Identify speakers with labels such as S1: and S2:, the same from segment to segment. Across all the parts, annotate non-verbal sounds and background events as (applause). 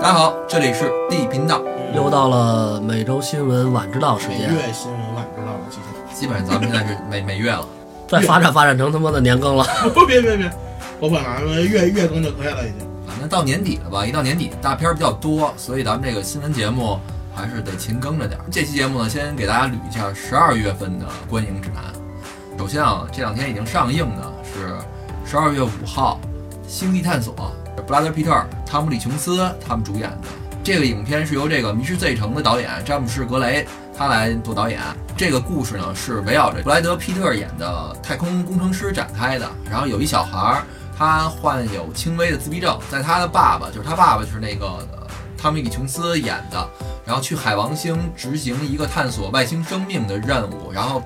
S1: 家好，这里是 D 频道，
S2: 又到了每周新闻晚知道呃时
S3: 每
S2: 间，
S3: 月新闻晚知道了，今天
S1: 基本上咱们现在是每每月了，
S2: 再发展发展成他妈的年 (laughs) 更了。
S3: 不 (laughs) 别别别，我本来月月更就可以了，已经。
S1: 反正啊到年底了吧，一到年底大片儿比较多，所以咱们这个新闻节目还是得勤更着点儿。这期节目呢，先给大家捋一下十二月份的观影指南。首先啊，这两天已经上映的是十二月五号《星际探索》，布拉德·皮特、汤姆·李·琼斯他们主演的。这个影片是由这个《迷失罪城》的导演詹姆士·格雷他来做导演。这个故事呢是围绕着布莱德·皮特演的太空工程师展开的。然后有一小孩儿，他患有轻微的自闭症，在他的爸爸，就是他爸爸就是那个呃汤米·李·琼斯演的，然后去海王星执行一个探索外星生命的任务，然后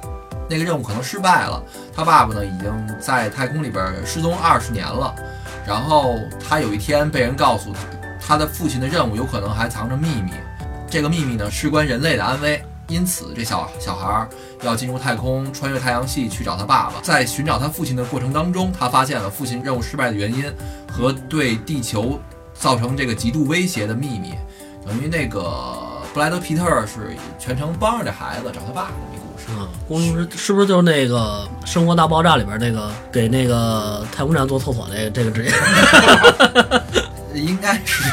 S1: 那个任务可能失败了。他爸爸呢已经在太空里边失踪二十年了，然后他有一天被人告诉他的父亲的任务有可能还藏着秘密，这个秘密呢事关人类的安危，因此这小小孩儿要进入太空，穿越太阳系去找他爸爸。在寻找他父亲的过程当中，他发现了父亲任务失败的原因和对地球造成这个极度威胁的秘密，等于那个布莱德皮特是全程帮着这孩子找他爸爸的一故事。
S2: 嗯，工程师是不是就是那个《生活大爆炸》里边那个给那个太空站做厕所那这个职 (laughs) 业？
S1: 应该
S2: (laughs)
S1: 是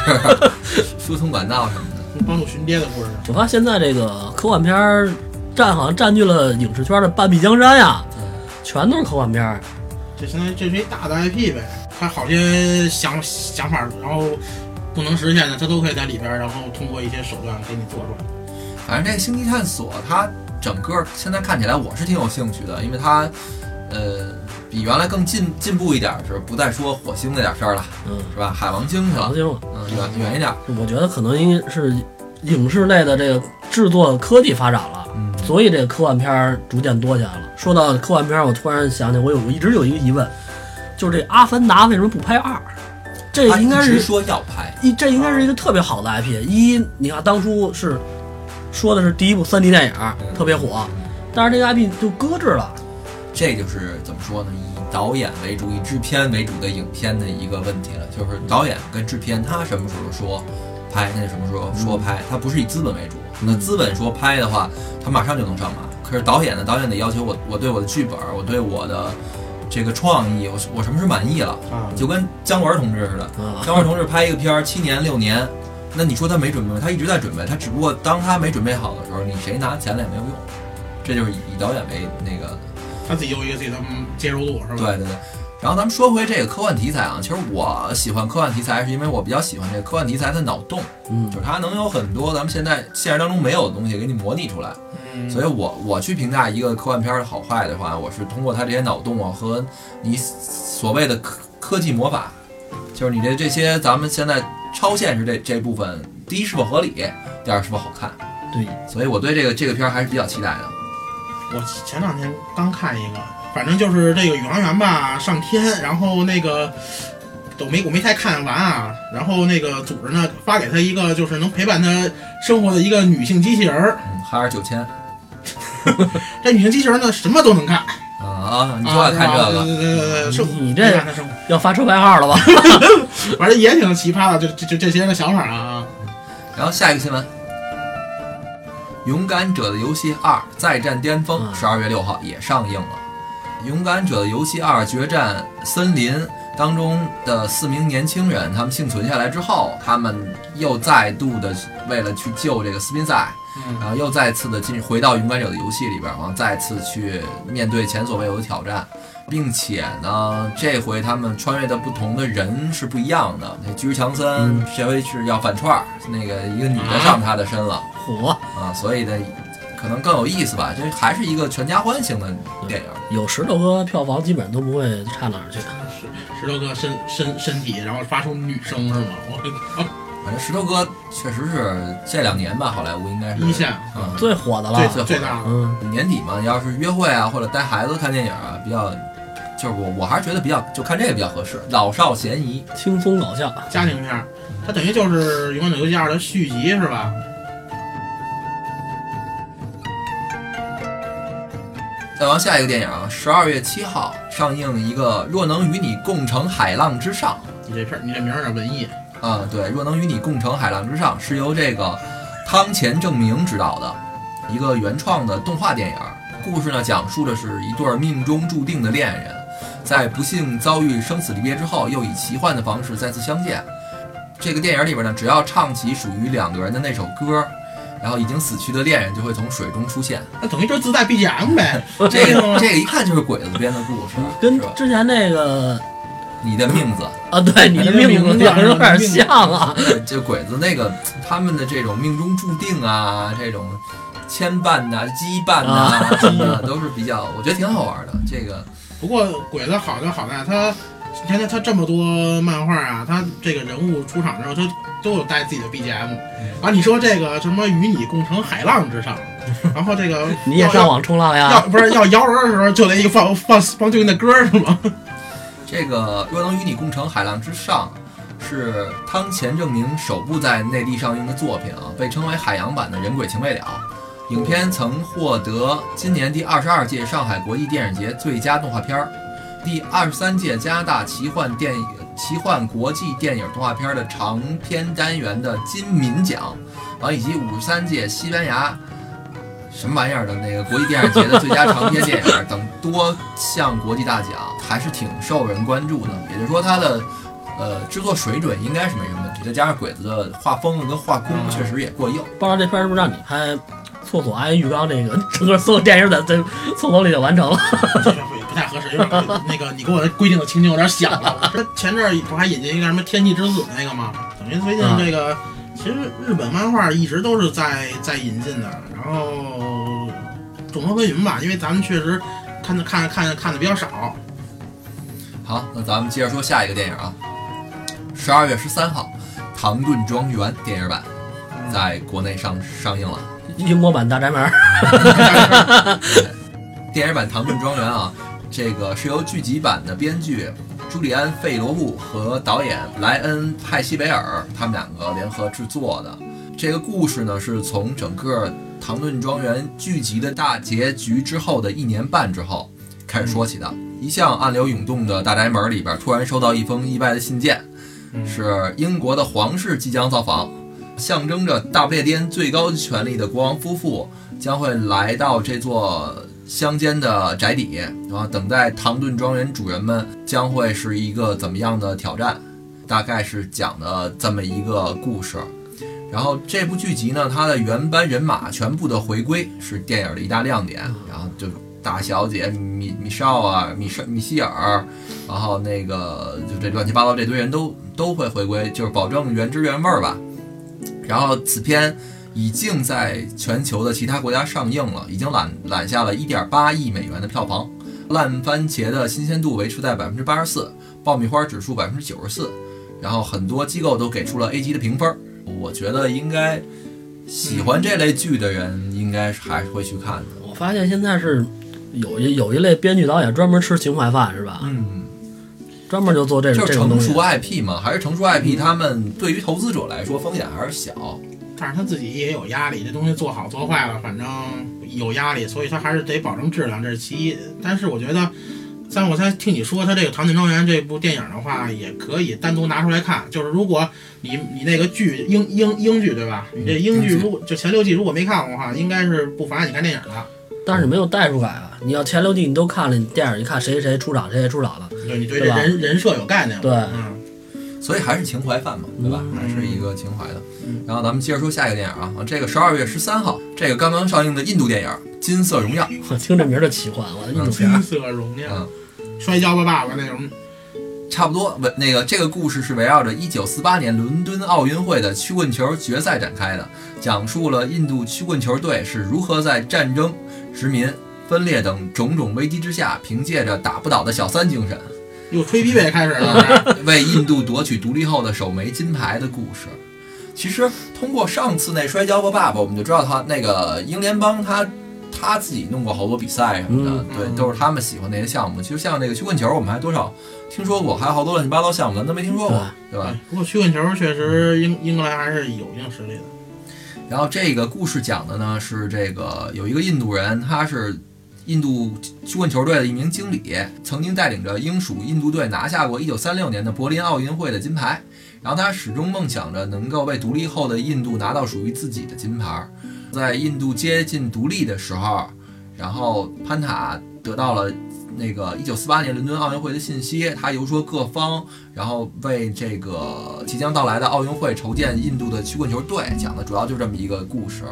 S1: 疏通管道什么的。
S3: 帮助寻爹的故事，
S2: 我发现现在这个科幻片儿占好像占据了影视圈的半壁江山呀，全都是科幻片儿。
S3: 这相当于这是一大的 IP 呗。他好些想想法，然后不能实现的，他都可以在里边儿，然后通过一些手段给你做出来。
S1: 反正这个星际探索，它整个现在看起来我是挺有兴趣的，因为它，呃，比原来更进进步一点，是不再说火星那点事儿了，
S2: 嗯，
S1: 是吧？海王星去
S2: 搞
S1: 了
S2: 不，清了。
S1: 嗯，远远一点，
S2: 我觉得可能应该是影视类的这个制作科技发展了。
S1: 嗯，
S2: 所以这个科幻片儿逐渐多起来了。说到科幻片儿，我突然想起，我有我一直有一个疑问，就是这《阿凡达》为什么不拍二？这
S3: 啊
S1: 他
S2: 应该
S1: 一直
S2: 是
S1: 说要拍，
S2: 一这应该是一个特别好的 IP。一，你看当初是说的是第一部 3D 电影特别火，但是这个 IP 就搁置了。
S1: 这就是怎么说呢？以导演为主、以制片为主的影片的一个问题了，就是导演跟制片他什么时候说拍，他就什么时候说拍，他不是以资本为主。那资本说拍的话，他马上就能上马。可是导演呢？导演得要求我，我对我的剧本，我对我的这个创意，我我什么是满意了？
S3: 啊，
S1: 就跟姜文同志似的，
S2: 啊，
S1: 姜文同志拍一个片儿七年六年，那你说他没准备吗？他一直在准备，他只不过当他没准备好的时候，你谁拿钱了也没有用。这就是以以导演为那个
S3: 他自己有一个自己的嗯接受度，是吧？
S1: 对对对。然后咱们说回这个科幻题材啊，其实我喜欢科幻题材是因为我比较喜欢这个科幻题材的脑洞，
S2: 嗯
S1: 就是它能有很多咱们现在现实当中没有的东西给你模拟出来。
S3: 嗯，
S1: 所以我我去评价一个科幻片儿的好坏的话，我是通过它这些脑洞啊和你所谓的科科技魔法，就是你的这些咱们现在超现实这这部分，第一是否合理，第二是否好看。
S2: 对，
S1: 所以我对这个这个片儿还是比较期待的。
S3: 我前两天刚看一个，反正就是这个宇航员吧上天，然后那个都没我没太看完啊。然后那个组织呢发给他一个就是能陪伴他生活的一个女性机器人儿，
S1: 嗯，哈尔九千
S3: 这女性机器人呢什么都能干，
S1: 啊啊，你说要看
S3: 啊
S1: 这
S3: 是吧
S1: 个，
S3: 对对对对，生活
S2: 你这
S3: 看他生活，
S2: 要发车牌号了吧？ (laughs)
S3: 反正也挺奇葩的，就就就这些人的想法啊。
S1: 然后下一个新闻，《勇敢者的游戏二：再战巅峰》
S2: 嗯
S1: 十二月六号也上映了。《勇敢者的游戏二：决战森林》当中的四名年轻人，他们幸存下来之后，他们又再度的为了去救这个斯宾塞，
S3: 嗯，
S1: 然后又再次的进回到勇敢者的游戏里边，然后再次去面对前所未有的挑战，并且呢，这回他们穿越的不同的人是不一样的。那菊池强森
S2: 嗯
S1: 这回是要反串儿，那个一个女的上他的身了
S2: 火
S1: 啊，所以呢，可能更有意思吧。这还是一个全家欢型的电影。
S2: 有石头哥票房基本都不会差哪儿去。
S3: 啊石头哥身身身体，然后发出女声是吗？ (laughs) 我
S1: 反正石头哥确实是这两年吧，好莱坞应该是
S3: 一线
S1: 嗯
S2: 最火的
S3: 最
S2: 了，
S3: 最大的，
S2: 嗯，
S1: 年底嘛，要是约会啊，或者带孩子看电影啊，比较就是我我还是觉得比较就看这个比较合适，老少咸宜。
S2: 轻松搞笑。
S3: 家庭片儿，它等于就是《勇敢者游戏二》的续集是吧？
S1: 再往下一个电影啊，十二月七号上映一个《若能与你共乘海浪之上
S3: 你这片儿，你这名儿有点文艺，》
S1: 啊，对，若能与你共乘海浪之上，是由这个汤前正明执导的一个原创的动画电影儿。故事呢，讲述的是一对儿命中注定的恋人，在不幸遭遇生死离别之后，又以奇幻的方式再次相见。这个电影里边呢，只要唱起属于两个人的那首歌，然后已经死去的恋人就会从水中出现。
S3: 那等于就是自带 BGM
S2: (laughs)
S3: 呗。
S1: 这个这个一看就是鬼子编的故事，
S2: 跟
S1: 是吧
S2: 之前那个
S1: 你的命字。
S2: 啊，对你的命
S3: 你的
S2: 名
S3: 名
S2: 字
S3: 字啊
S2: 有点像啊。
S1: 这鬼子那个他们的这种命中注定啊，这种牵绊呐、羁绊呐、什么的，都是比较，我觉得挺好玩的。这个
S3: 不过鬼子好就好在他，你看他他这么多漫画啊，他这个人物出场之后，他都有带自己的 BGM
S1: 嗯。
S3: 啊，你说这个什么与你共乘海浪之上，然后这个
S2: (laughs) 你也
S3: 要
S2: 上网啊冲浪
S3: 要
S2: 呀
S3: 要？不是要摇人的时候就得一放放放对应的歌是吗？
S1: 这个若能与你共乘海浪之上，是汤钱证明首部在内地上映的作品啊，被称为海洋版的《人鬼情未了》。影片曾获得今年第二十二届上海国际电影节最佳动画片儿、第二十三届加拿大奇幻电影奇幻国际电影动画片儿的长篇单元的金敏奖，啊，以及五十三届西班牙什么玩意儿的那个国际电影节的最佳长篇电影等多项国际大奖，还是挺受人关注的。也就是说，它的呃制作水准应该是没什么问题，再加上鬼子的画风跟画工
S3: 嗯
S1: 确实也过硬。
S2: 不知道这片儿是不是让你拍厕所挨浴缸这个，整个所有电影在在厕所里就完成了。
S3: 这个不不太合适，有点儿那个你给我规定的情境有点响了。他前阵儿不还引进一个什么《天气之子》那个吗？等于最近这个，其实日本漫画一直都是在在引进的，然后众说纷纭吧，因为咱们确实看的看的看的看的比较少。
S1: 好，那咱们接着说下一个电影啊。十二月十三号，《唐顿庄园》电影版在国内上上映了。
S2: 英国版大宅门儿，
S1: (laughs) 电影版《唐顿庄园》啊，这个是由剧集版的编剧朱利安·费罗布和导演莱恩·派西维尔他们两个联合制作的。这个故事呢，是从整个《唐顿庄园》剧集的大结局之后的一年半之后开始说起的。一向暗流涌动的大宅门里边，突然收到一封意外的信件，是英国的皇室即将造访，象征着大不列颠最高权力的国王夫妇将会来到这座乡间的宅邸，然后等待唐顿庄园主人们将会是一个怎么样的挑战？大概是讲的这么一个故事。然后这部剧集呢，它的原班人马全部的回归是电影的一大亮点。然后就大小姐米米少啊，米少米希尔，然后那个就这乱七八糟这堆人都都会回归，就是保证原汁原味儿吧。然后此片已经在全球的其他国家上映了，已经揽揽下了一点八亿美元的票房，烂番茄的新鲜度维持在百分之八十四，爆米花指数百分之九十四，然后很多机构都给出了 A 级的评分儿。我觉得应该喜欢这类剧的人，应该是还是会去看的。
S2: 我发现现在是有一有一类编剧导演专门吃情怀饭是吧？
S1: 嗯，
S2: 专门就做这
S1: 就
S2: 种
S1: 是
S2: 这种
S1: 成
S2: 东西啊嗯
S1: 熟。IP 啊嘛，还是成熟 IP，他们对于投资者来说风险还是小。
S3: 但是他自己也有压力，这东西做好做坏了，反正有压力，所以他还是得保证质量，这是其一。但是我觉得，像我才听你说他这个《唐顿庄园》这部电影的话，也可以单独拿出来看。就是如果你你那个剧英英英剧对吧？你这英剧
S1: 嗯
S3: 如果就前六季如果没看过的话，应该是不乏你看电影的。
S2: 但是没有代入感啊！你要前六季你都看了，你电影一看谁谁出场谁谁出场了，
S3: 就你对这
S2: 对吧
S3: 人人设有概念了。
S2: 对
S3: 嗯，
S1: 所以还是情怀范嘛，对吧？
S3: 嗯
S1: 还是一个情怀的
S3: 嗯。
S1: 然后咱们接着说下一个电影啊，啊这个十二月十三号，这个刚刚上映的印度电影《金色荣耀》，
S2: 我听这名儿就奇幻，我的印度片
S3: 金
S2: 儿。
S3: 色容量，
S1: 嗯
S3: 摔跤吧爸爸那种。
S1: 差不多围那个这个故事是围绕着一九四八年伦敦奥运会的曲棍球决赛展开的，讲述了印度曲棍球队是如何在战争、殖民、分裂等种种危机之下，凭借着打不倒的小三精神，
S3: 又吹逼呗，开始了。
S1: 为印度夺取独立后的首枚金牌的故事。其实通过上次那摔跤吧爸爸，我们就知道他那个英联邦他他自己弄过好多比赛什么的，
S2: 嗯
S1: 对，
S3: 嗯
S1: 都是他们喜欢那些项目。其实像那个曲棍球，我们还多少听说过，还有好多乱七八糟项目咱都没听说过， (laughs) 对吧？
S3: 不过曲棍球确实英英格兰还是有一定实力的。
S1: 然后这个故事讲的呢是这个有一个印度人，他是印度曲棍球队的一名经理，曾经带领着英属印度队拿下过1936年的柏林奥运会的金牌。然后他始终梦想着能够为独立后的印度拿到属于自己的金牌。在印度接近独立的时候，然后潘塔得到了那个1948年伦敦奥运会的信息，他游说各方，然后为这个即将到来的奥运会筹建印度的曲棍球队，讲的主要就这么一个故事。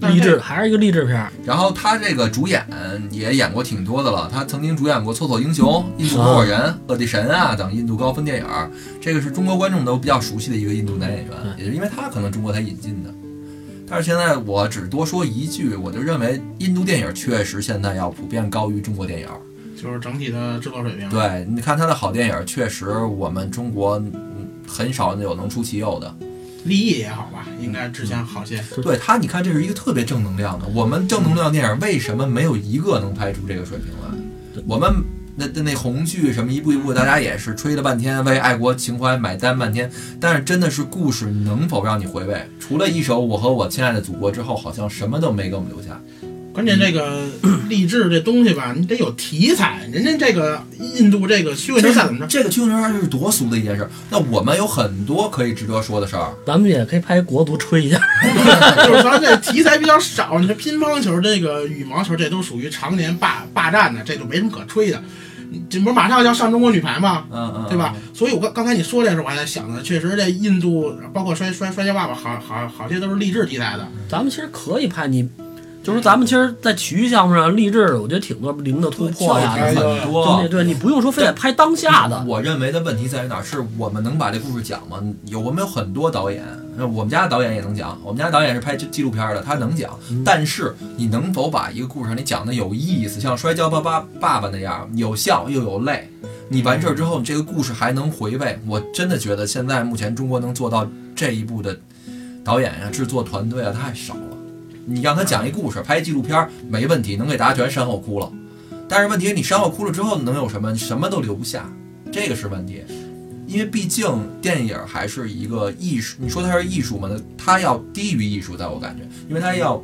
S3: 但是
S2: 励
S3: 这
S2: 志还是一个励志片儿，
S1: 然后他这个主演也演过挺多的了，他曾经主演过《错错英雄》《印度合伙人》《恶地神啊》等印度高分电影儿，这个是中国观众都比较熟悉的一个印度男演员，也就是因为他可能中国才引进的。但是现在我只多说一句，我就认为印度电影确实现在要普遍高于中国电影儿。
S3: 就是整体的制作水平。
S1: 对，你看他的好电影儿，确实我们中国嗯很少有能出其右的。
S3: 立意也好吧，应该之前好些。
S1: 对他，你看这是一个特别正能量的。我们正能量电影为什么没有一个能拍出这个水平来
S2: 对？
S1: 我们那那那红剧什么一步一步，大家也是吹了半天，为爱国情怀买单半天，但是真的是故事能否让你回味？除了一首《我和我亲爱的祖国》之后，好像什么都没给我们留下。
S3: 关键这个
S1: 嗯
S3: 励志这东西吧，你得有题材。人家这个印度这个虚伪之赛怎么着？
S1: 这个青春片是多俗的一件事儿。那我们有很多可以值得说的事儿。
S2: 咱们也可以拍国足吹一下。
S3: 就是咱这题材比较少。你这乒乓球、这个羽毛球，这都属于常年霸霸占的，这就没什么可吹的。你这不是马上要上中国女排吗？
S1: 嗯嗯，
S3: 对吧？？所以我刚刚才你说这事，我还在想呢。确实，这印度包括摔摔摔跤爸爸，好好好些都是励志题材的。
S2: 咱们其实可以拍你，就是咱们其实，在体育项目上励志的，我觉得挺多零的突破呀，
S1: 就是很多。
S2: 就那对你不用说非得拍当下的，
S1: 我认为的问题在于哪儿？是我们能把这故事讲吗？有我们有很多导演，那我们家的导演也能讲，我们家导演是拍纪纪录片的，他能讲。但是你能否把一个故事你讲的有意思，像摔跤吧吧爸爸那样有笑又有泪？你完事儿之后，你这个故事还能回味。我真的觉得现在目前中国能做到这一步的导演呀、制作团队啊，太少了。你让他讲一故事，拍一纪录片儿没问题，能给大家全煽后哭了。但是问题是你煽后哭了之后能有什么？什么都留不下，这个是问题。因为毕竟电影还是一个艺术，你说它是艺术嘛？它要低于艺术，在我感觉，因为它要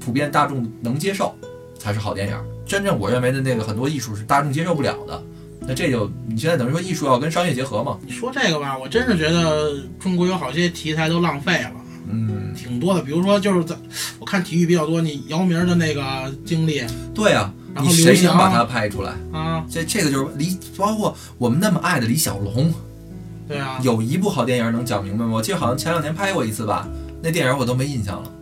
S1: 普遍大众能接受才是好电影。真正我认为的那个很多艺术是大众接受不了的，那这就你现在等于说艺术要跟商业结合嘛？
S3: 你说这个吧，我真是觉得中国有好些题材都浪费了。
S1: 嗯，
S3: 挺多的，比如说就是在我看体育比较多，你姚明的那个经历
S1: 对啊，
S3: 然
S1: 你
S3: 后
S1: 谁
S3: 刘
S1: 能
S3: 翔
S1: 把它拍出来？
S3: 啊，
S1: 这这个就是李，包括我们那么爱的李小龙，
S3: 对啊，
S1: 有一部好电影能讲明白吗？我记得好像前两年拍过一次吧，那电影我都没印象了。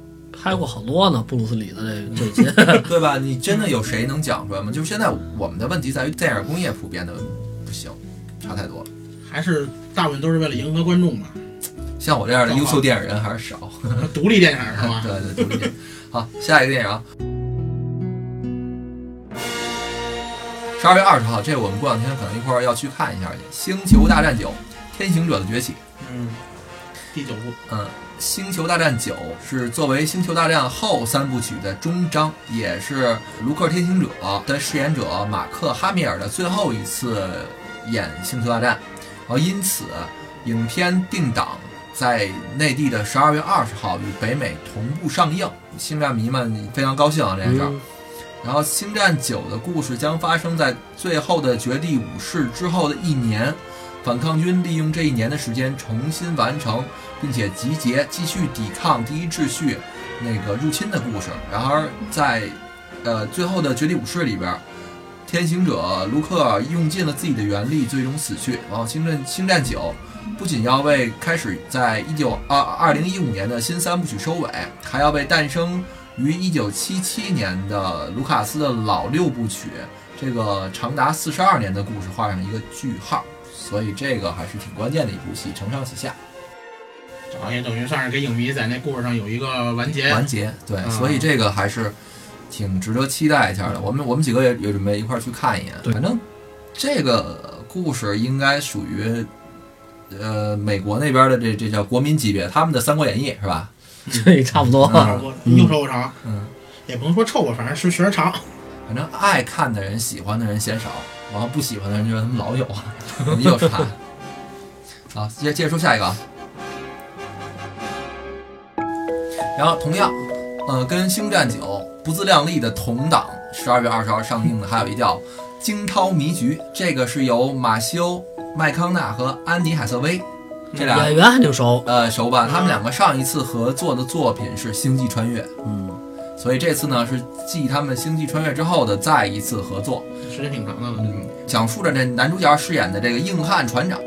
S2: 拍过好多呢，布鲁斯李的这这些，
S1: 对吧？你真的有谁能讲出来吗？就是现在我们的问题在于电影工业普遍的不行，差太多了。
S3: 还是大部分都是为了迎合
S1: (laughs)
S3: 观众嘛，
S1: 像我这样的优秀电影人还是少，
S3: 独立电影是
S1: (laughs)
S3: 吧？
S1: 对对对对对。好，下一个电影啊，十二月二十号，这我们过两天可能一块儿要去看一下去，《星球大战九：天行者的崛起》。
S3: 嗯，第九部
S1: 嗯，《星球大战九》是作为《星球大战》后三部曲的终章，也是卢克·天行者的饰演者马克·哈米尔的最后一次演《星球大战》，然后因此影片定档在内地的十二月二十号与北美同步上映。星战迷们非常高兴啊，这件事儿。
S2: 嗯
S1: 然后《星战九》的故事将发生在最后的绝地武士之后的一年，反抗军利用这一年的时间重新完成，并且集结继续抵抗第一秩序那个入侵的故事。然而在呃最后的绝地武士里边，天行者卢克用尽了自己的原力，最终死去。然后《星战》《星战九》不仅要为开始在一九二二零一五年的新三部曲收尾，还要为诞生于一九七七年的卢卡斯的老六部曲这个长达四十二年的故事画上一个句号。所以这个还是挺关键的一部戏，承上启下，
S3: 好像等于算是给影迷在那故事上有一个完结。
S1: 完结。对，
S3: 嗯
S1: 所以这个还是挺值得期待一下的。我们我们几个也也准备一块儿去看一眼。
S2: 对
S1: 反正这个故事应该属于。呃，美国那边的这这叫国民级别，他们的《三国演义》是吧？
S2: 这差不多。
S1: 嗯
S3: 差不多啊又臭又长，
S1: 嗯，
S3: 也不能说臭吧，反正是确实长。
S1: 反正爱看的人、喜欢的人嫌少，然后不喜欢的人觉得他们老有啊，你有啥？好，接接着说下一个。啊。然后同样，呃，跟《星战九》不自量力的同档，十二月二十号上映的还有一叫《惊涛迷局》，这个是由马修麦康纳和安妮海瑟薇这俩
S2: 演员还挺熟，
S1: 呃熟吧？
S3: 嗯
S1: 他们两个上一次合作的作品是《星际穿越》，
S2: 嗯，
S1: 所以这次呢是继他们《星际穿越》之后的再一次合作。
S3: 时间挺长的了。
S1: 嗯，讲述着这男主角饰演的这个硬汉船长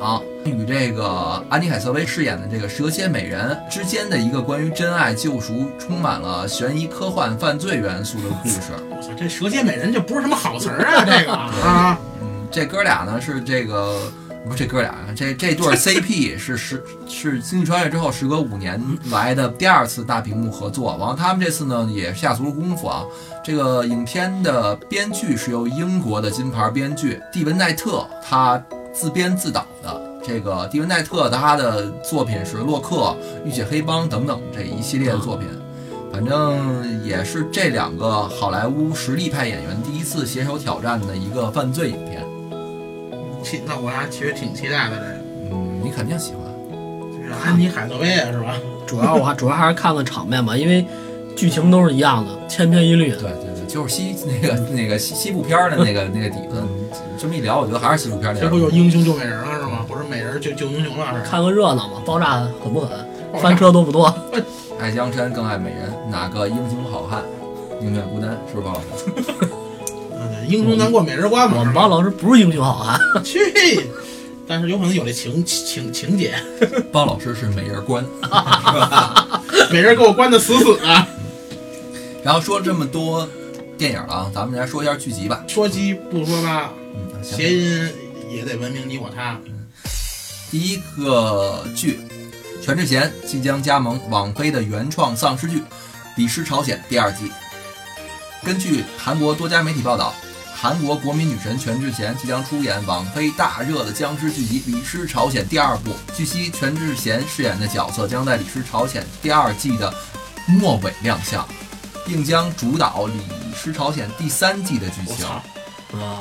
S1: 与这个安妮海瑟薇饰演的这个蛇蝎美人之间的一个关于真爱、救赎、充满了悬疑、科幻、犯罪元素的故事。
S3: 我操，这《蛇蝎美人》这不是什么好词儿啊，
S1: (laughs)
S3: 这个啊，
S1: 嗯，这哥俩呢是这个不是这哥俩，这这对儿 CP 是时是《星际穿越》之后时隔五年来的第二次大屏幕合作。然后他们这次呢也下足了功夫啊。这个影片的编剧是由英国的金牌编剧蒂文奈特他自编自导的。这个蒂文奈特他的作品是《洛克》《浴血黑帮》等等这一系列的作品。反正也是这两个好莱坞实力派演员第一次携手挑战的一个犯罪影片。
S3: 期那我还其实挺期待的这
S1: 嗯，你肯定喜欢。
S3: 个，就是安妮海瑟薇啊，是吧？
S2: 主要我还主要还是看看场面吧，因为剧情都是一样的，千篇一律的。
S1: 对对对，就是西那个那个西西部片儿的那个那个底子。这么一聊，我觉得还是西部片儿那
S3: 最
S1: 样
S3: 后。又英雄救美人了是吗？不是美人救救英雄了是吧？
S2: 看个热闹嘛，爆炸狠不狠，翻车多不多？
S1: 爱江山更爱美人，哪个英雄好汉宁愿孤单？是不是？ (laughs)
S3: 嗯，英雄难过美人关嘛。
S2: 我
S3: 是
S2: 们
S3: 吧
S2: 帮老师不是英雄好啊汉，
S3: (laughs) 去，但是有可能有这情情情节，
S1: 包老师是美人关。
S3: 美人给我关的死死的。
S1: 然后说这么多电影了啊，咱们来说一下剧集吧。
S3: 说鸡不说八，
S1: 嗯，行。
S3: 谐音也得文明你我他。
S1: 第一个剧，全智贤即将加盟网飞的原创丧尸剧《彼时朝鲜》第二季。根据韩国多家媒体报道，韩国国民女神全智贤即将出演网飞大热的僵尸剧集《李尸朝鲜》第二部。据悉，全智贤饰演的角色将在《李尸朝鲜》第二季的末尾亮相，并将主导《李尸朝鲜》第三季的剧
S3: 我
S1: 情。
S3: 操，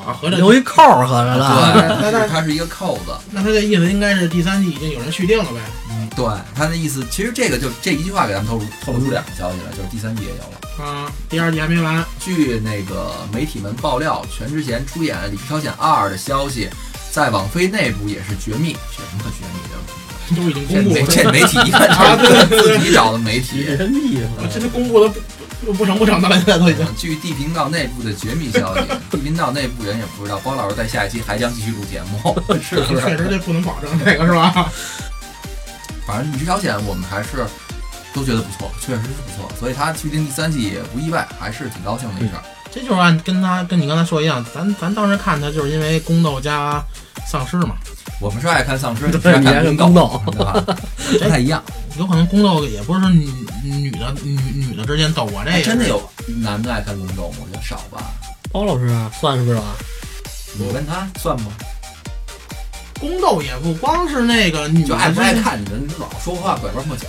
S2: 啊
S3: 合着
S2: 留一扣儿合着呢。
S1: 对，就是它是一个扣子。
S3: 那他这意思应该是第三季已经有人续订了呗？
S1: 嗯，对，他的意思，其实这个就这一句话给咱们透露透露出两个消息来，就是第三季也有了。
S3: 啊，第二季还没完，
S1: 据那个媒体们爆料，全智贤出演《李氏朝鲜二》的消息，在网飞内部也是绝密，这有什么可绝密的？
S3: 都已经
S1: 这
S3: 公布
S1: 媒
S3: 了。
S1: 这媒体一看
S3: 啊
S1: 就是自己找的媒体。 (laughs)
S2: 神秘
S3: 这都公布了不不成不成的了，现在都已 (laughs) 经。
S1: 据地频道内部的绝密消息，地频道内部人也不知道，包老师在下一期还将继续录节目， (laughs) 是不是？
S3: (laughs) 确实这不能保证这个是吧？
S1: 反正李氏朝鲜我们还是都觉得不错，确实是不错，所以他续订第三季也不意外，还是挺高兴的一事儿。
S3: 这就是按跟他跟你刚才说一样，咱咱当时看他就是因为宫斗加丧尸嘛，
S1: 我们是爱看丧 (laughs) 尸，
S2: 对
S1: 你是爱
S2: 你爱
S1: 看
S2: 看
S1: 宫斗
S2: 宫，
S1: 对吧？ (laughs) 不太一样，
S3: 有可能宫斗也不是女女的女女的之间斗啊，这
S1: 哎
S3: 也是
S1: 真的有男的爱看宫斗吗？我觉得少吧。
S2: 包老师啊算是不是吧？
S1: 你跟他算吗？
S3: 宫斗也不光是那个女
S1: 就
S3: 的
S1: 爱
S3: 之
S1: 不爱
S3: 间，
S1: 看，你们老说话拐弯抹角。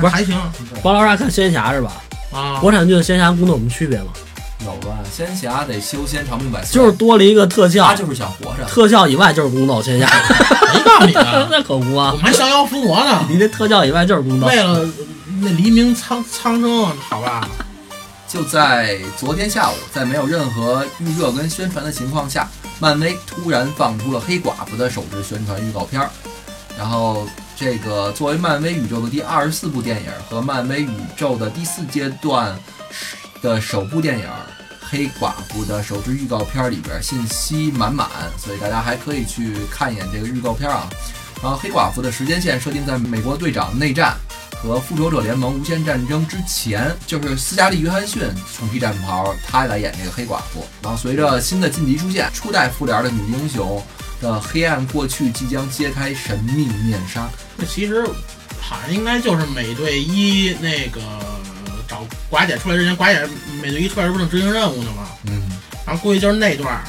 S3: 还还行
S2: 包老师爱看仙侠是吧？
S3: 啊。
S2: 国产剧的仙侠宫斗有什么区别吗？
S1: 有吧？仙侠得修仙长命百岁，
S2: 就是多了一个特效
S3: 啊
S1: 他，就是想活着。
S2: 特效以外就是宫斗仙侠，
S3: 没道理啊，
S2: (laughs) 那可不
S3: (laughs) 我
S2: 啊！
S3: 们还降妖伏魔呢。
S2: 你这特效以外就是宫斗。
S3: 为了那黎明苍苍生，好吧，
S1: 就在昨天下午，在没有任何预热跟宣传的情况下，漫威突然放出了黑寡妇的首支宣传预告片儿。然后，这个作为漫威宇宙的第二十四部电影和漫威宇宙的第四阶段的首部电影《黑寡妇》的首支预告片里边信息满满，所以大家还可以去看一眼这个预告片啊。然后，黑寡妇的时间线设定在美国队长内战和复仇者联盟无限战争之前，就是斯嘉丽·约翰逊重披战袍，她来演这个黑寡妇。然后随着新的晋级出现，初代复联的女英雄的黑暗过去即将揭开神秘面纱。
S3: 那其实好像应该就是美队一那个找寡姐出来之前，寡姐美队一出来不是正执行任务呢吗？
S1: 嗯，
S3: 然后估计就是那段儿，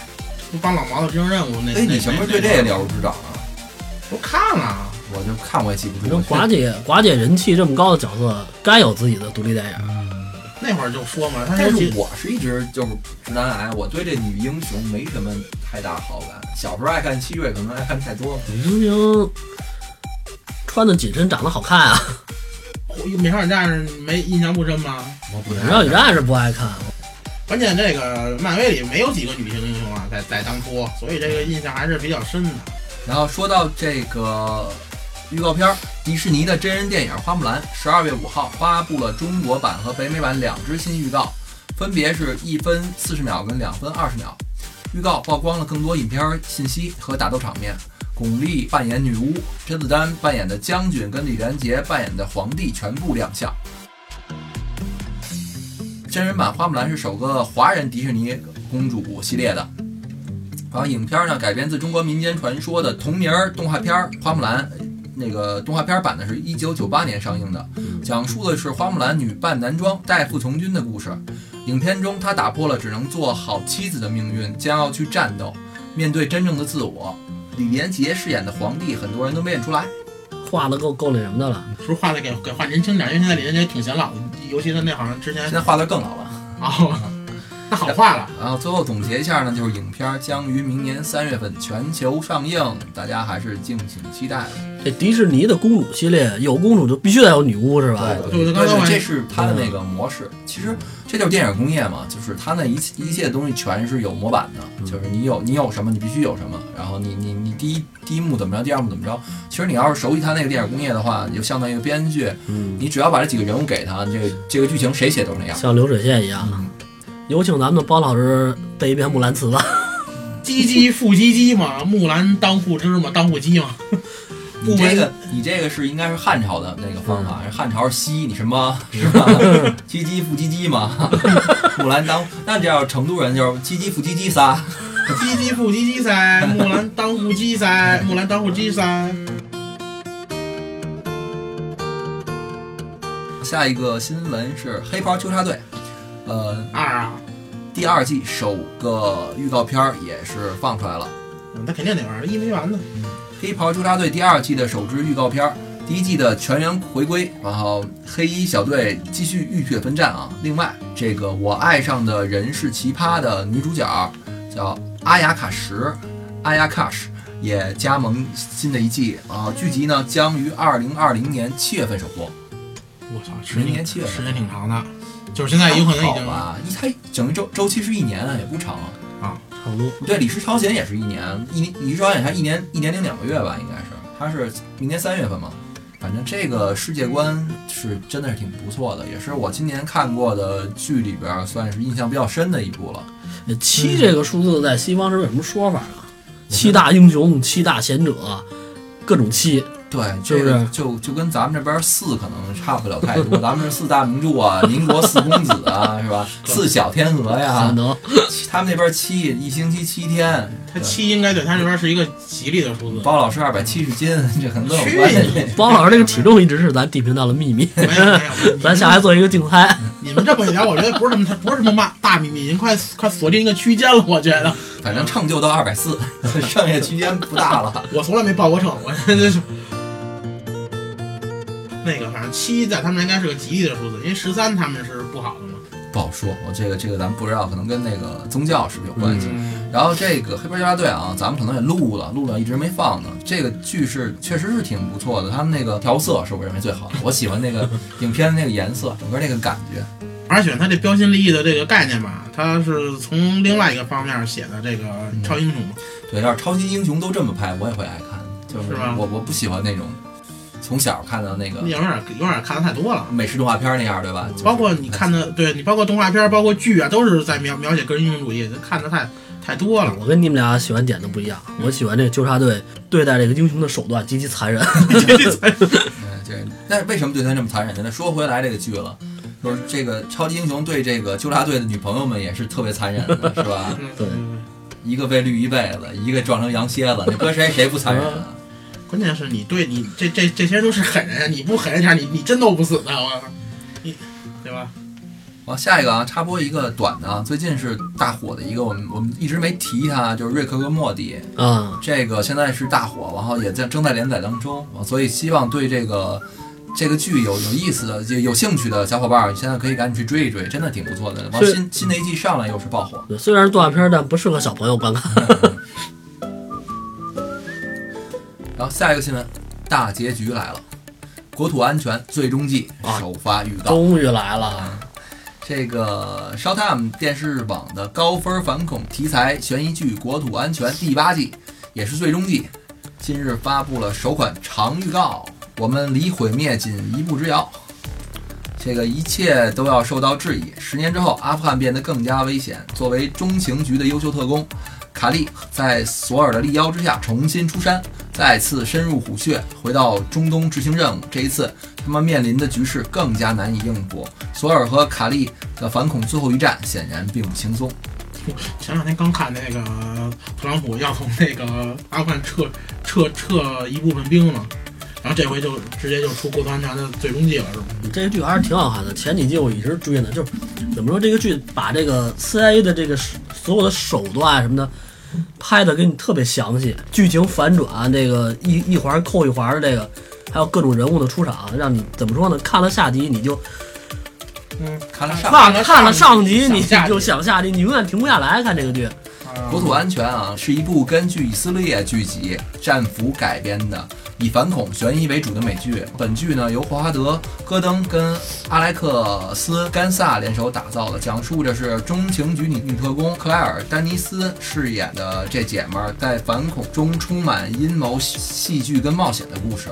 S3: 就帮老毛子执行任务那。
S1: 哎，
S3: 那
S1: 你什么时候对这个？了如指掌啊？
S3: 我看了，
S1: 我就看我也记不
S2: 你
S1: 住
S2: 说。寡姐，寡姐人气这么高的角色，该有自己的独立电
S3: 嗯
S2: 影。
S3: 那会儿就说嘛，他
S1: 但
S3: 尤
S1: 是
S3: 其
S1: 我是一直就是直男癌，我对这女英雄没什么太大好感。小时候爱看七月，可能爱看太多了。
S2: 明明穿的紧身，长得好看啊！
S3: 美少女战士呃没印象不深吗？
S1: 我不
S2: 美少女战士不爱看，
S3: 关键这个漫威里没有几个女性英雄啊，在在当初，所以这个印象还是比较深的。
S1: 然后说到这个预告片儿，迪士尼的真人电影《花木兰》十二月五号发布了中国版和北美版两支新预告，分别是一分四十秒跟两分二十秒。预告曝光了更多影片信息和打斗场面。巩俐扮演女巫，甄子丹扮演的将军跟李连杰扮演的皇帝全部亮相。真人版《花木兰》是首个华人迪士尼公主系列的，然后影片呢改编自中国民间传说的同名动画片《花木兰》，那个动画片版呢是一九九八年上映的，讲述的是花木兰女扮男装代父从军的故事。影片中，她打破了只能做好妻子的命运，将要去战斗，面对真正的自我。李连杰饰演的皇帝，很多人都没认出来。
S2: 画的够够那什么的了，
S3: 是不是画的给给画年轻点？因为现在李连杰挺显老的，尤其他那好像之前
S1: 现在画的更老了。
S3: (laughs) 哦，那好画了。
S1: 然后最后总结一下呢，就是影片将于明年三月份全球上映，大家还是敬请期待。
S2: 这迪士尼的公主系列有公主就必须得有女巫是吧？
S3: 对对
S1: 但
S3: 啊刚才我
S1: 是
S3: 还
S1: 这是它的那个模式。其实这就是电影工业嘛，就是它那一切一切东西全是有模板
S3: 嗯
S1: 的，就是你有你有什么，你必须有什么。然后你你你第一第一幕怎么着，第二幕怎么着。其实你要是熟悉它那个电影工业的话，你就相当于一个编剧，
S2: 嗯，
S1: 你只要把这几个人物给他，这个这个剧情谁写都是那样。
S2: 像流水线一样。
S3: 嗯
S2: 有请咱们的包老师背一遍《木兰辞》吧。
S3: 唧唧复唧唧嘛，木兰当户织嘛，当户织嘛。
S1: 你
S3: 不嗯
S1: 这
S3: 为
S1: 个你这个是应该是汉朝的那个方法，汉朝是西你什
S3: (laughs)
S1: 么是吧？唧唧复唧唧嘛， (laughs) 木兰当那这要成都人就是唧唧复唧唧仨。
S3: 唧唧复唧唧
S1: (laughs)
S3: 噻，木兰当户织噻，木兰当户织噻。
S1: 下一个新闻是黑袍纠察队，呃，
S3: 二啊，
S1: 第二季首个预告片儿也是放出来了。
S3: 嗯那肯定得玩，一没完呢。
S1: 黑袍纠察队第二季的首支预告片儿，第一季的全员回归，然后黑衣小队继续浴血奋战啊。另外，这个我爱上的人是奇葩的女主角叫阿雅卡什，阿雅卡什也加盟新的一季啊。剧集呢将于二零二零年七月份首播，
S3: 我操，时
S1: 明
S3: 间
S1: 年七月份
S3: 时间挺长的，就是现在有可能已
S1: 好
S3: 经
S1: 吧？一它整个周周期是一年啊，也不长啊。
S2: 差不多，
S1: 对，李氏朝鲜也是一年，一李氏朝鲜才一年一年零两个月吧，应该是，它是明年三月份嘛。反正这个世界观是真的是挺不错的，也是我今年看过的剧里边儿算是印象比较深的一部了。
S2: 呃七这个数字在西方是有什么说法啊？七大英雄、七大贤者，各种七。
S1: 对，
S2: 是
S1: 这
S2: 不
S1: 个
S2: 是
S1: 就就跟咱们这边儿四可能差不了太多，咱们是四大名著啊，民国四公子啊，是
S3: (laughs)
S1: 吧？四小天鹅
S2: 可
S1: 呀，
S2: 能
S1: 他们那边儿七一星期七天，
S3: 他七应该对他这边是一个吉利的数字。
S1: 包老师二百七十斤，这可能都有
S3: 去
S1: 关系
S3: 你。
S2: 包老师这个体重一直是咱地频道的秘密， (laughs)
S3: 没有没有，
S2: 咱下来做一个竞猜。
S3: 你们这么一聊，我觉得不是什么，他不是什么大大秘密，已经快快锁定一个区间了。我觉得
S1: 反正秤就到二百四， (laughs) 剩下区间不大了。
S3: 我从来没报过秤，我真是。那个，反正七在他们应该是个吉利的数字，因为十三他们是不好的嘛。
S1: 不好说，我这个这个咱们不知道，可能跟那个宗教是不是有关系。
S3: 嗯，
S1: 然后这个《黑袍纠察队》啊，咱们可能也录了，录了一直没放呢。这个剧是确实是挺不错的，他们那个调色是我认为最好的，我喜欢那个影片的那个颜色，整个那个感觉。
S3: 而且他这标新立异的这个概念吧，他是从另外一个方面写的这个超英雄嘛。
S1: 对，要是超级英雄都这么拍，我也会爱看。就是
S3: 是吧
S1: 我我不喜欢那种从小看到那个
S3: 你嗯有点有点看的太多了。啊
S1: 美式动画片那样，对吧？就是
S3: 包括你看的，对你包括动画片儿，包括剧啊，都是在描描写个人英雄主义，这看的太太多了。
S2: 我跟你们俩喜欢点都不一样，我喜欢这个纠察队对待这个英雄的手段极其残忍。 (laughs)
S1: 嗯，这但是为什么对他这么残忍呢？那说回来这个剧了，就是这个超级英雄对这个纠察队的女朋友们也是特别残忍的，是吧？
S3: 嗯
S2: 对
S1: 一个被绿一辈子，一个撞成羊蝎子，你搁谁谁不残忍啊？
S3: 关键是你对你这这这些都是狠人，你不狠一下，你你真斗不死的，我操，你对吧？
S1: 好，下一个啊，插播一个短的啊，最近是大火的一个，我们我们一直没提它，就是瑞克跟莫蒂，
S2: 啊，
S1: 这个现在是大火，然后也在正在连载当中，啊所以希望对这个这个剧有有意思的、有有兴趣的小伙伴儿，现在可以赶紧去追一追，真的挺不错的。完
S2: 是
S1: 新新的一季上来又是爆火。
S2: 对虽然是动画片，但不适合小朋友观看。 (laughs)
S1: 然后下一个新闻，大结局来了，《国土安全最终季
S2: 啊》
S1: 首发预告。
S2: 终于来了，啊
S1: 这这个 Showtime 电视网的高分反恐题材悬疑剧《国土安全》第八季，也是最终季，近日发布了首款长预告。我们离毁灭仅一步之遥，这个一切都要受到质疑。十年之后，阿富汗变得更加危险。作为中情局的优秀特工，卡利在索尔的力邀之下重新出山，再次深入虎穴，回到中东执行任务。这一次，他们面临的局势更加难以应付。索尔和卡利的反恐最后一战显然并不轻松。
S3: 前两天刚看那个特朗普要从那个阿富汗撤撤撤一部分兵嘛，然后这回就直接就出国土安全的最终季了，是吗？
S2: 这个剧还是挺好看的。前几季我一直追呢，就是怎么说这个剧把这个 CIA 的这个所有的手段啊什么的拍的给你特别详细，剧情反转啊这个一一环扣一环的这个，还有各种人物的出场，让你怎么说呢？看了下集你就
S3: 嗯，
S1: 看了上
S2: 忘了看了上集，
S3: 想
S2: 你
S3: 下集
S2: 就想下集，你永远停不下来看这个剧。
S3: 啊
S1: 国土安全啊，是一部根据以色列剧集《战俘》改编的，以反恐悬疑为主的美剧。本剧呢由霍华德·戈登跟阿莱克斯·甘萨联手打造的，讲述着是中情局女女特工克莱尔·丹尼斯饰演的这姐们儿在反恐中充满阴谋、戏剧跟冒险的故事。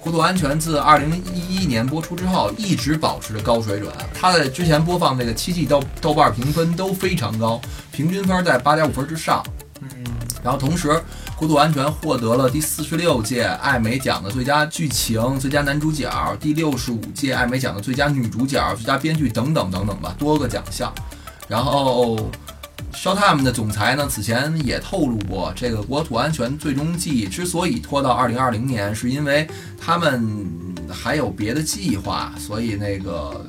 S1: 《国土安全》自二零一一年播出之后，一直保持着高水准。啊它在之前播放这个七季豆豆瓣评分都非常高，平均分在八点五分之上。
S3: 嗯，
S1: 然后同时，《国土安全》获得了第四十六届艾美奖的最佳剧情、最佳男主角、第六十五届艾美奖的最佳女主角、最佳编剧等等等等吧，多个奖项。然后。Showtime 的总裁呢，此前也透露过，这个国土安全最终季之所以拖到二零二零年，是因为他们还有别的计划，所以那个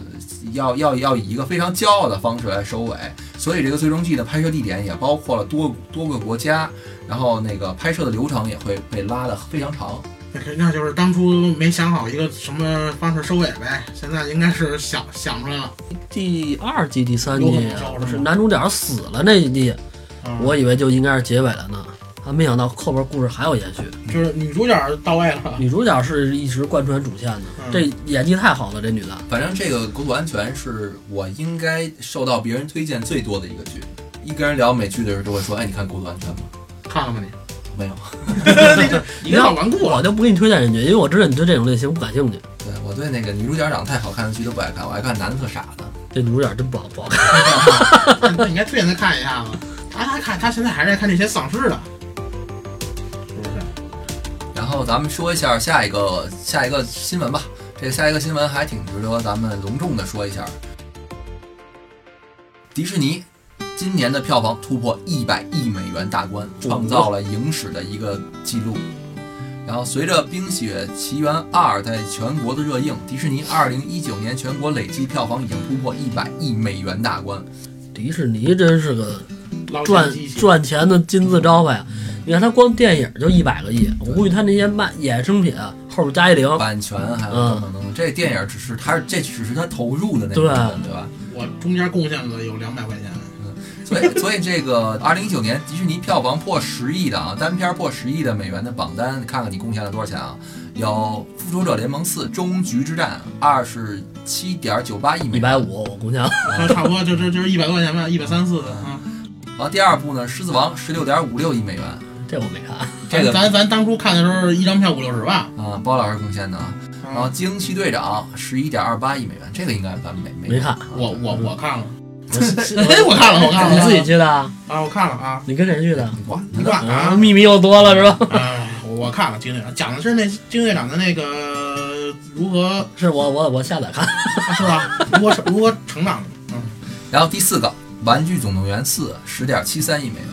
S1: 要要要以一个非常骄傲的方式来收尾。所以这个最终季的拍摄地点也包括了多多个国家，然后那个拍摄的流程也会被拉得非常长。
S3: 那是那就是当初没想好一个什么方式收尾呗，现在应该是想想出来了。
S2: 第二季、第三
S3: 有
S2: 季
S3: 很少是吗
S2: 是男主角死了那一季，
S3: 嗯、
S2: 我以为就应该是结尾了呢，还没想到后边故事还有延续。
S3: 就是女主角到位了，
S2: 女主角是一直贯穿主线的，
S3: 嗯
S2: 这演技太好了，这女的。
S1: 反正这个《国土安全》是我应该受到别人推荐最多的一个剧。一跟人聊美剧的时候，都会说：“哎，你看《国土安全》吗
S3: (laughs) 看了吗你？？”
S1: 没有。
S3: 已经老顽固了。
S2: 我就不给你推荐人家，因为我知道你对这种类型不感兴趣。
S1: 对我对那个女主角长得太好看的剧都不爱看，我爱看男的特傻的。
S2: 这女主角真不好不好看。
S3: (laughs) 那你应该推荐他看一下子。他他看他现在还是在看这些丧尸的，是不是？
S1: 然后咱们说一下下一个下一个新闻吧。这下一个新闻还挺值得咱们隆重的说一下。迪士尼今年的票房突破一百亿美元大关，创造了影史的一个记录。然后随着《冰雪奇缘二》在全国的热映，迪士尼二零一九年全国累计票房已经突破一百亿美元大关。
S2: 迪士尼真是个
S3: 老
S2: 赚
S3: 机器嗯
S2: 赚钱的金字招牌啊！你看他光电影就一百个亿，我估计他那些卖衍生品啊后边加一零，
S1: 版权还有等等等等，这电影只是它这只是它投入的那部
S2: 对
S1: 分，对吧？
S3: 我中间贡献了有两百块钱，
S1: 所
S2: (laughs)
S1: 以，所以这个二零一九年迪士尼票房破十亿的啊，单片破十亿的美元的榜单，看看你贡献了多少钱啊？有《复仇者联盟四：终局之战》二十七点九八亿美元，
S2: 一百五我估计啊。
S3: 啊差不多就就就是一百多块钱吧，一百三四啊。
S1: 然后第二部呢，《狮子王》十六点五六亿美元，
S2: 这我没看。
S1: 这个
S3: 咱咱当初看的时候，一张票五六十吧。
S1: 啊，包老师贡献的啊。
S2: 嗯
S1: 然后《
S3: 啊，
S1: 惊奇队长》十一点二八亿美元，这个应该咱们没
S2: 没看
S1: 啊
S3: 我我我看了， (laughs) 哎，
S2: 我
S3: 我看了，我看了，
S2: 你自己去的啊？
S3: 啊，我看了啊，
S2: 你跟谁去的？
S1: 你管他
S3: 你
S1: 呢
S3: 管啊
S2: 啊，。秘密又多了是吧？
S3: 哎，我我看了金队长，讲的是那金队长的那个如何啊
S2: 是我我我下载看。
S3: 是吧？如何成如何成长的？嗯，
S1: 然后第四个，《玩具总动员四》十点七三亿美元，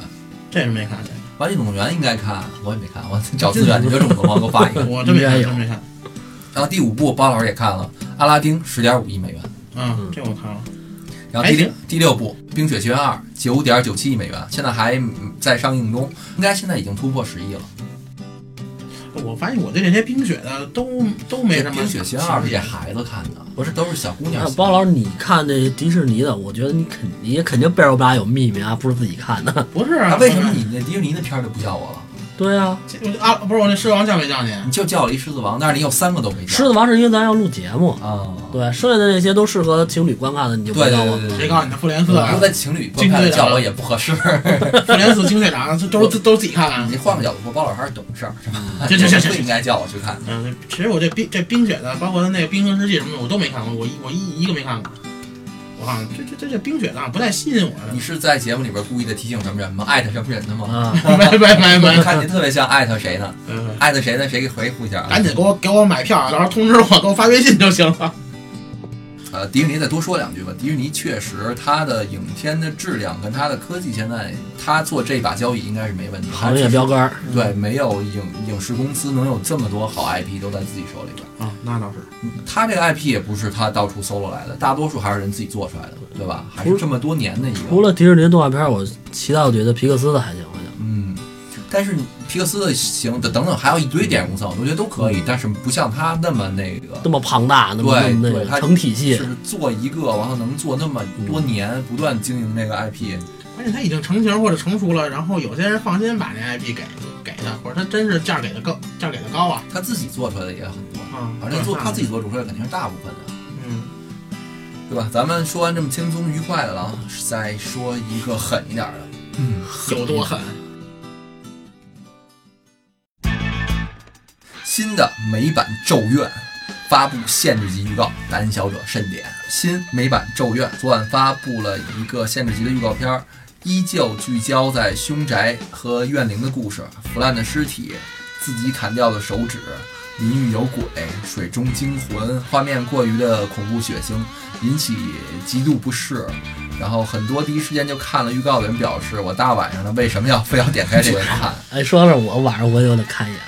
S3: 这是没看，
S1: 《玩具总动员》应该看，我也没看，我找资源，你有种的话给我发一
S3: (laughs)
S1: 个
S3: 这。我真没看，
S2: 应该有
S3: 真没看。
S1: 然后第五部包老师也看了，《阿拉丁》十点五亿美元。
S3: 嗯，这我看了。
S1: 然后第
S3: 还
S1: 六
S3: 行
S1: 第六部《冰雪奇缘二》九点九七亿美元，现在还嗯在上映中，应该现在已经突破十亿了。
S3: 我发现我对这些冰雪的都都没
S1: 这
S3: 什
S1: 《
S3: 么。
S1: 冰雪奇缘二》是给孩子看的，
S2: 不是
S1: 都是小姑娘
S2: 那
S1: 喜欢。
S2: 包老师，你看这迪士尼的，我觉得你肯你也肯定背着我们俩有秘密啊，不是自己看的。 (laughs)
S3: 不是
S1: 那
S3: 啊？
S1: 为什么你那迪士尼的片儿就不叫我了？
S2: 对啊，
S3: 啊，不是我那狮子王叫没叫你？
S1: 你就叫了一狮子王，但是你有三个都没
S2: 狮
S1: 叫
S2: 子王是因为咱要录节目，
S1: 啊。
S2: 对，剩下的那些都适合情侣观看的，你就不
S1: 对对
S2: 要
S1: 对
S2: 我。
S1: 对
S3: 谁
S1: 对，
S3: 告诉你的复联四
S1: 我
S3: 啊
S1: 说？在情侣观看的叫我也不合适， (laughs)
S3: 复联四惊队长，这都是都是自己看啊。
S1: 你换个角度说，包老师还是懂
S3: (laughs)
S1: 事儿，是吧？
S3: 这这这这
S1: 不应该叫我去看。
S3: 嗯，其实我这冰这冰雪的，包括他那个《冰河世纪》什么的，我都没看过，我一我一一个没看过。我好像这这这这冰雪的不太吸引我
S1: 你
S3: 的。
S1: 是在节目里边故意的提醒什么人吗？艾特什么人的吗？ (laughs)
S2: 啊，
S3: 没没没
S2: (laughs)
S1: 我
S3: 没，
S1: 看你特别像艾特谁呢？
S3: 嗯，
S1: 艾特谁呢？谁给回复一下啊？
S3: 赶紧给我给我买票啊，到时候通知我，给我发微信就行了。
S1: 呃，迪士尼再多说两句吧。迪士尼确实，它的影片的质量跟它的科技，现在它做这把交椅应该是没问题。
S2: 行业标杆儿，
S1: 对，没有影影视公司能有这么多好 IP 都在自己手里边。
S3: 啊，那倒是。
S1: 它这个 IP 也不是它到处搜罗来的，大多数还是人自己做出来的，对吧？还是这么多年的一
S2: 除
S1: 个。
S2: 了迪士尼动画片儿，我其他我觉得皮克斯的还行，好像
S1: 嗯，但是皮克斯的行等等等，还有一堆电影公司，我都觉得都可
S2: 嗯
S1: 以，但是不像它那么那个。
S2: 那么庞大，那么
S1: 对
S2: 那么那
S1: 对
S2: 个
S1: 它
S2: 成体系嗯
S1: 是做一个，然后能做那么多年，不断经营这个 IP，
S3: 关键他已经成型或者成熟了，然后有些人放心把那 IP 给给他，或者他真是价给的高，价给的高啊。
S1: 他自己做出来的也很多。
S3: 啊，
S1: 反正做他自
S3: 己，
S1: 己做主帅肯定是大部分的，
S3: 嗯，
S1: 对吧？咱们说完这么轻松愉快的了，啊，再说一个狠一点的。嗯，
S3: 有多 (laughs) 狠？
S1: 新的美版《咒怨》发布限制级预告，胆小者慎点。新美版《咒怨》昨晚发布了一个限制级的预告片儿，依旧聚焦在凶宅和怨灵的故事，腐烂的尸体，自己砍掉的手指。淋浴有鬼，水中惊魂，画面过于的恐怖血腥，引起极度不适。然后很多第一时间就看了预告的人表示，我大晚上的为什么要非要点开这个看？
S2: 哎，说到这儿，我晚上我就得看一眼。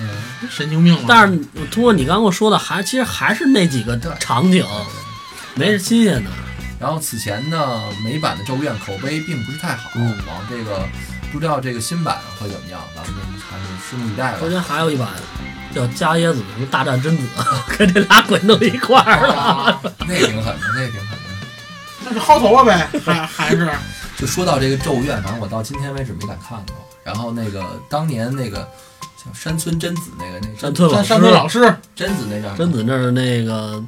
S1: 嗯，
S3: 神经病吗？
S2: 但是我通过你刚跟我说的，还其实还是那几个
S1: 对
S2: 场景，没是新鲜的。
S1: 然后此前呢，美版的《咒怨》口碑并不是太好，
S2: 嗯
S1: 然后这个不知道这个新版会怎么样，咱们还是拭目以待
S2: (laughs)
S1: 吧
S2: 中。间还有一版叫加椰子什么大战贞子， (laughs) 跟这俩鬼弄一块儿了。
S3: 啊
S1: 那挺狠的，那挺狠的。
S3: 那是薅头发呗，还还 (laughs) 是
S1: 就说到这个《咒怨》，反正我到今天为止没敢看过。然后那个当年那个叫山村贞子那个那
S2: 山村
S3: 山
S2: 老
S3: 山村
S2: 师，
S3: 老师、
S1: 贞子那叫什么
S2: 贞子那儿那个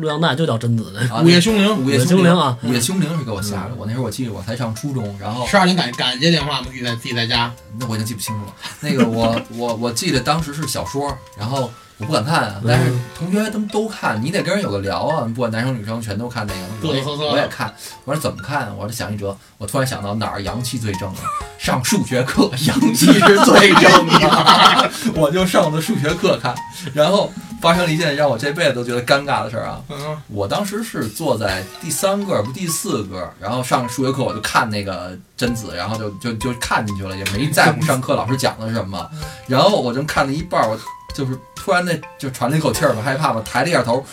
S2: 录像带就叫贞子呢。
S1: 啊，
S3: 午夜凶
S1: 那
S3: 铃，
S1: 午夜
S2: 午夜凶
S1: 铃
S2: 铃啊嗯
S1: 午夜凶铃是给我吓的。我那时候我记得我才上初中，然后
S3: 十二点敢敢接电话吗？自己在自己在家，
S1: 那我已经记不清楚了。那个
S3: (laughs)
S1: 我我我记得当时是小说，然后我不敢看啊，但是同学他们都看，你得跟人有个聊啊，不管男生女生全都看那个。我也
S3: 嘚瑟瑟的
S1: 我也看，我说怎么看啊？我说想一辙，我突然想到哪儿阳气最正啊？上数学课，阳气是最正的， (laughs) 我就上的数学课看，然后发生了一件让我这辈子都觉得尴尬的事儿啊。
S3: 嗯，
S1: 我当时是坐在第三个，不第四个，然后上数学课我就看那个贞子，然后就就就看进去了，也没在乎上课老师讲的什么。然后我正看了一半儿，我就是突然那就喘了一口气儿嘛，害怕嘛，抬了一下头，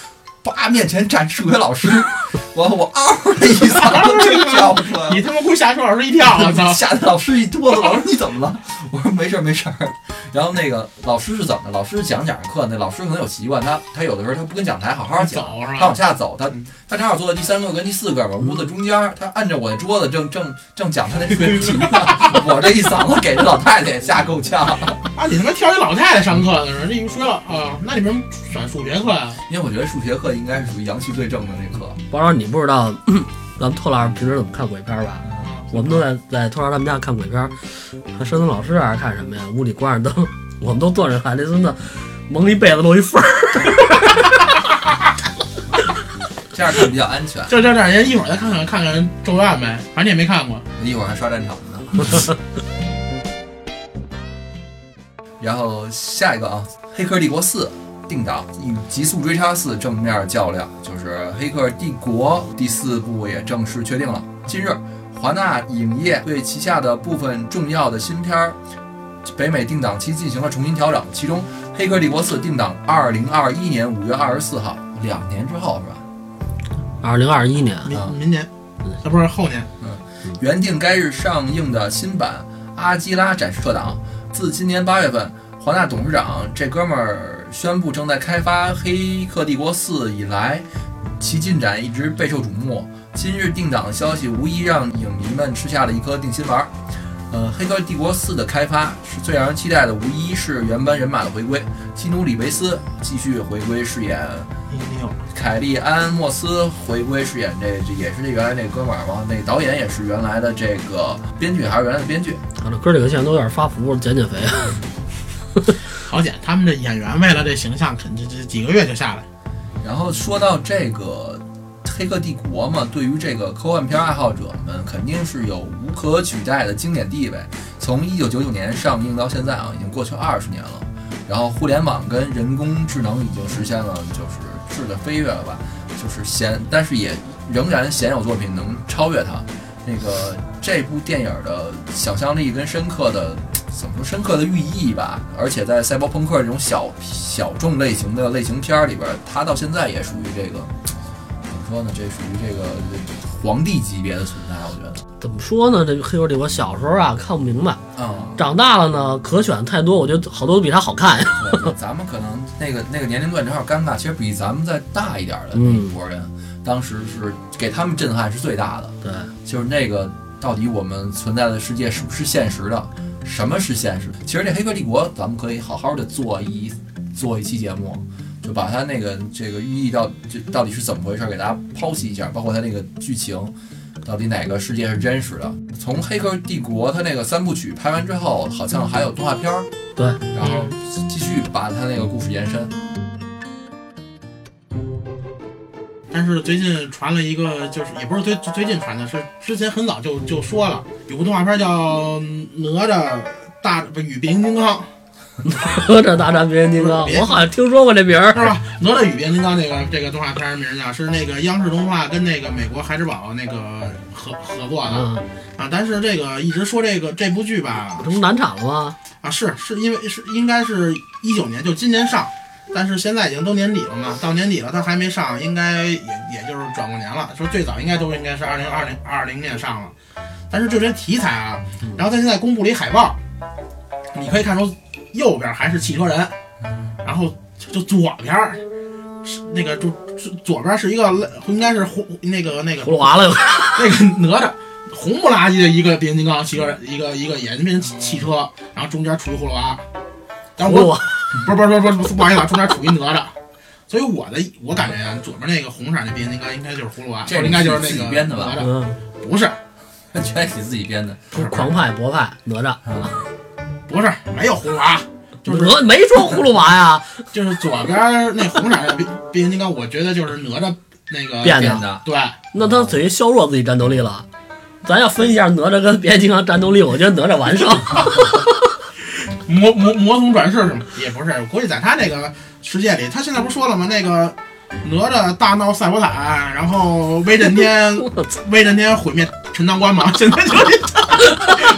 S1: 叭，面前站数学老师，完我嗷的一嗓子就叫出来了。
S3: 你他妈给我吓出老师一跳，我操！ (laughs)
S1: 吓得老师一哆嗦，老师你怎么了？我说没事儿没事儿。然后那个老师是怎么的？老师讲着讲着课，那老师可能有习惯，他他有的时候他不跟讲台好好讲
S3: 走是吧，
S1: 他往下走，他
S3: 嗯
S1: 他正好坐在第三个跟第四个嘛，屋子中间儿，他按着我的桌子正正正讲他那学题呢，我这一嗓子给这老太太也吓够呛，
S3: 啊，你他妈挑一老太太上课的时候，这一说啊，那你为什么选数学课啊呀？
S1: 因为我觉得数学课应该是属于阳气最正的那课。
S2: 包老师，你不知道咱们托老师平时怎么看鬼片儿吧？我们都在在托老师他们家看鬼片儿，看山村老师还是看什么呀？屋里关着灯，我们都坐着看，这孙子蒙一被子露一缝儿。
S1: 这样看比较安全。
S3: 就这这样，一会儿再看看看看《咒怨》呗，反正你也没看过。
S1: 一会儿还刷战场呢。 (laughs) 然后下一个啊，《黑客帝国四》定档与《极速追杀四》正面较量，就是《黑客帝国》第四部也正式确定了。近日，华纳影业对旗下的部分重要的新片儿北美定档期进行了重新调整，其中《黑客帝国四》定档二零二一年五月二十四号，两年之后是吧？
S2: 二零二一年，
S3: 明
S1: 啊
S3: 明年，啊不是后年，
S1: 原定该日上映的新版《阿基拉》展示撤档。自今年八月份，华纳董事长这哥们儿宣布正在开发《黑客帝国四》以来，其进展一直备受瞩目。今日定档的消息无疑让影迷们吃下了一颗定心丸儿。呃，《黑客帝国四》的开发是最让人期待的，无疑是原班人马的回归。基努·里维斯继续回归饰演
S3: 你你有
S1: 凯利·安·莫斯，回归饰演这这也是这原来那哥们儿嘛，那导演也是原来的这个编剧，还是原来的编剧。
S2: 啊，这哥几个现在都有点发福，减减肥。啊
S3: 好简，他们这演员为了这形象，肯这这几个月就下来。
S1: 然后说到这个《黑客帝国》嘛，对于这个科幻片爱好者们肯定是有无可取代的经典地位。从一九九九年上映到现在啊，已经过去二十年了。然后互联网跟人工智能已经实现了就是质的飞跃了吧，就是鲜，但是也仍然鲜有作品能超越它。那个这部电影的想象力跟深刻的怎么说深刻的寓意吧，而且在赛博朋克这种小小众类型的类型片儿里边儿，它到现在也属于这个怎么说呢？这属于这个皇帝级别的存在，我觉得。
S2: 怎么说呢？这个《黑客帝国》小时候啊看不明白，
S1: 嗯，
S2: 长大了呢可选太多，我觉得好多都比它好看 (laughs) 呀。
S1: 对对咱们可能那个那个年龄段正好尴尬，其实比咱们再大一点儿的那一波人，当时是给他们震撼是最大的。
S2: 对，
S1: 就是那个到底我们存在的世界是不是现实的？什么是现实？其实这《黑客帝国》，咱们可以好好的做一做一期节目，就把它那个这个寓意到这到底是怎么回事，给大家剖析一下，包括它那个剧情，到底哪个世界是真实的？从《黑客帝国》它那个三部曲拍完之后，好像还有动画片儿，
S2: 对， (laughs)
S1: 然后继续把它那个故事延伸。 (laughs)
S3: 但是最近传了一个，就是也不是最最近传的，是之前很早就就说了，有部动画片叫《哪吒大不与变形金刚》，
S2: 哪吒大战变形金刚，
S3: 别
S2: 我好像听说过这名儿。
S3: 是吧？《哪吒与变形金刚》这个这个动画片名呢，是那个央视动画跟那个美国孩之宝那个合合作的
S2: 啊，
S3: 啊。但是这个一直说这个这部剧吧，
S2: 这不难产了吗？
S3: 啊是是因为是应该是一九年，就今年上。但是现在已经都年底了嘛，到年底了，它还没上，应该也也就是转过年了。说最早应该都应该是二零二零二零年上了，但是就这题材啊，然后它现在公布了一海报，你可以看出右边还是汽车人，然后就左边儿是那个就就左边是一个类应该是红那个那个
S2: 葫芦娃了又。
S3: 那个哪吒红不拉几的一个变形金刚汽车，一个一个也是变成汽车，
S1: 哦
S3: 然后中间杵一葫芦娃，但
S2: 葫
S3: 我
S2: 芦娃，
S3: 不是不是不是不是不好意思啊，中间杵一哪吒。所以我的我感觉啊，左边那个红色那变形金刚应该就是葫芦娃，
S1: 这是
S3: 应该就是
S1: 自己
S3: 那个
S1: 编的
S3: 哪
S1: 吧
S3: 吒，
S2: 嗯，
S3: 不是
S1: 全是你自己编的，
S3: 不是不
S2: 狂
S3: 是
S2: 派、博派、哪吒，
S3: 不是没有葫芦娃，就是
S2: 哪没说葫芦娃呀？
S3: 就是左边那红色那变变形金刚，我觉得就是哪吒那个
S2: 变
S1: 编
S2: 的。
S1: 的。
S3: 对，
S2: 那
S3: 啊
S2: 他等于削弱自己战斗力了。咱要分一下哪吒跟变形金刚战斗力，我觉得哪吒完胜。
S3: 魔魔魔童转世什么也不是，我估计在他那个世界里，他现在不说了吗？那个哪吒大闹赛博坦，然后威震天威震天毁灭陈塘关嘛，现在就是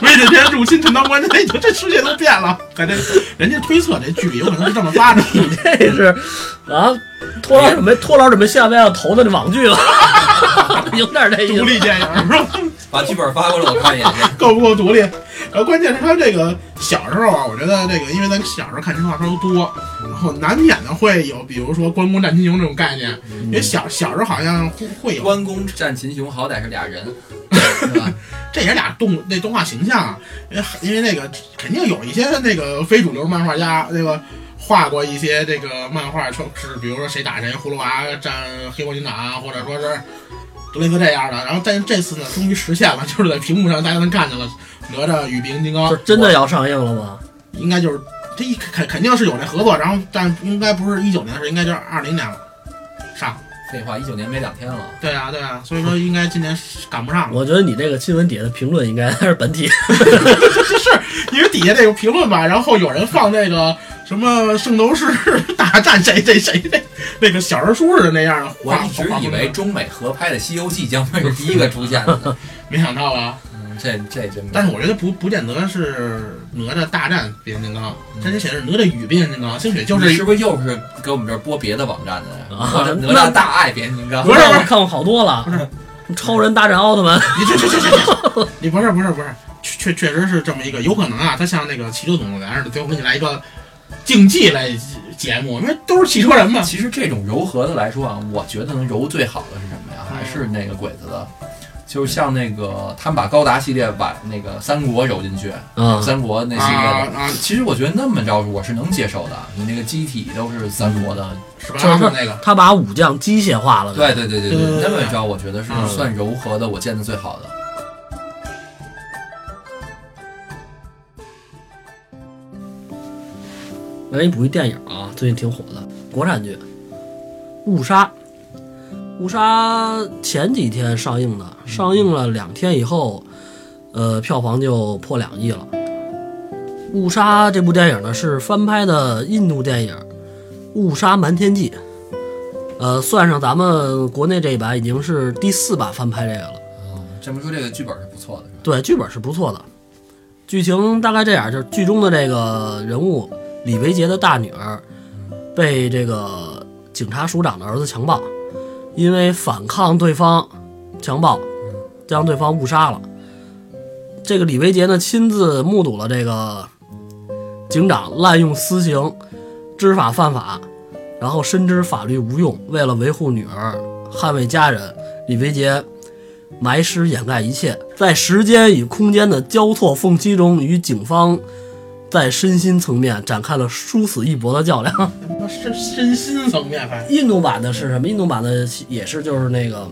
S3: 威震天入侵陈塘关，这已经这世界都变了。在这人家推测这剧里有可能是这么发展
S2: (laughs)
S3: 的，
S2: 这是啊，托老准备托老准备下面要投的那网剧了， (laughs) 有点这意思。
S3: 独立电影是吧？
S1: 把剧本发过来我看一眼去。
S3: 够不够独立？然后呃关键是他这个小时候啊，我觉得这个，因为咱小时候看动画片都多，然后难免的会有，比如说关公战秦琼这种概念，因为小小时候好像会会有，
S1: 关公战秦琼好歹是俩 (laughs) 人，对吧？
S3: 这也俩动那动画形象啊，因为因为那个肯定有一些那个非主流漫画家那个画过一些这个漫画，就是比如说谁打谁，葫芦娃战黑豹警长，啊或者说是。类似这样的，然后但是这次呢，终于实现了，就是在屏幕上大家能看见了哪吒与变形金刚
S2: 就，真的要上映了吗？
S3: 应该就是这一肯肯定是有这合作，然后但应该不是一九年的事，应该就是二零年了上。
S1: 废话，一九年没两天了，
S3: 对啊，对啊，所以说应该今年是赶不上了。
S2: 我觉得你这个新闻底下的评论应该还是本体。
S3: 就是因为底下这个评论吧，然后有人放那个什么圣斗士大战谁谁谁那那个小人书似的那样的
S1: 我
S3: 画，
S1: 一直
S3: 画风
S1: 以为中美合拍的《西游记》将会是第一个出现的呢，
S3: 没想到啊，
S1: 嗯，这这真没
S3: 但是我觉得不不见得是哪吒大战变形金刚，这里写的是哪吒与变形金刚，兴许就
S1: 你
S3: 是
S1: 是不是又是给我们这儿播别的网站的呀？
S2: 啊
S1: (laughs) 我哪
S2: 那
S1: 吒大爱变形金刚 (laughs)
S3: 不，是
S2: (laughs)
S3: 不是啊
S2: 我看过好多了，超人大战奥特曼， (laughs)
S3: 你这这这这这，你不是不是不是，确确确实是这么一个，有可能啊，他像那个《汽车总动员》似的，最后给你来一个竞技类节目，因为都是汽车人嘛。
S1: 其实这种柔和的来说啊，我觉得能柔最好的是什么呀？还是那个鬼子的。就是像那个他们把高达系列把那个三国揉进去，
S2: 啊，
S1: 三国那
S3: 啊
S1: 系列的。
S3: 啊，
S1: 其实我觉得那么着我是能接受的，你那个机体都是三国的，
S3: 是
S1: 就是
S3: 吧？
S1: 那个，
S2: 他把武将机械化了，
S1: 对，对对对
S3: 对对
S1: 对，
S3: 对
S1: 那么着我觉得是
S2: 嗯
S1: 算柔和的，我见的最好的。
S2: 我给你补一电影啊，最近挺火的，国产剧《误杀》。《误杀》前几天上映的，上映了两天以后，呃，票房就破两亿了。《误杀》这部电影呢是翻拍的印度电影《误杀瞒天记》，呃，算上咱们国内这一版，已经是第四版翻拍这个了。
S1: 嗯，这么说这个剧本是不错的，是吧？
S2: 对，剧本是不错的，剧情大概这样，就是剧中的这个人物李维杰的大女儿被这个警察署长的儿子强暴，因为反抗对方强暴，将对方误杀了。这个李维杰呢，亲自目睹了这个警长滥用私刑、知法犯法，然后深知法律无用，为了维护女儿、捍卫家人，李维杰埋尸掩盖一切，在时间与空间的交错缝隙中，与警方在身心层面展开了殊死一搏的较量。 (laughs)
S3: 他妈身身心层面还
S2: 印度版的是什么？印度版的也是就是那个，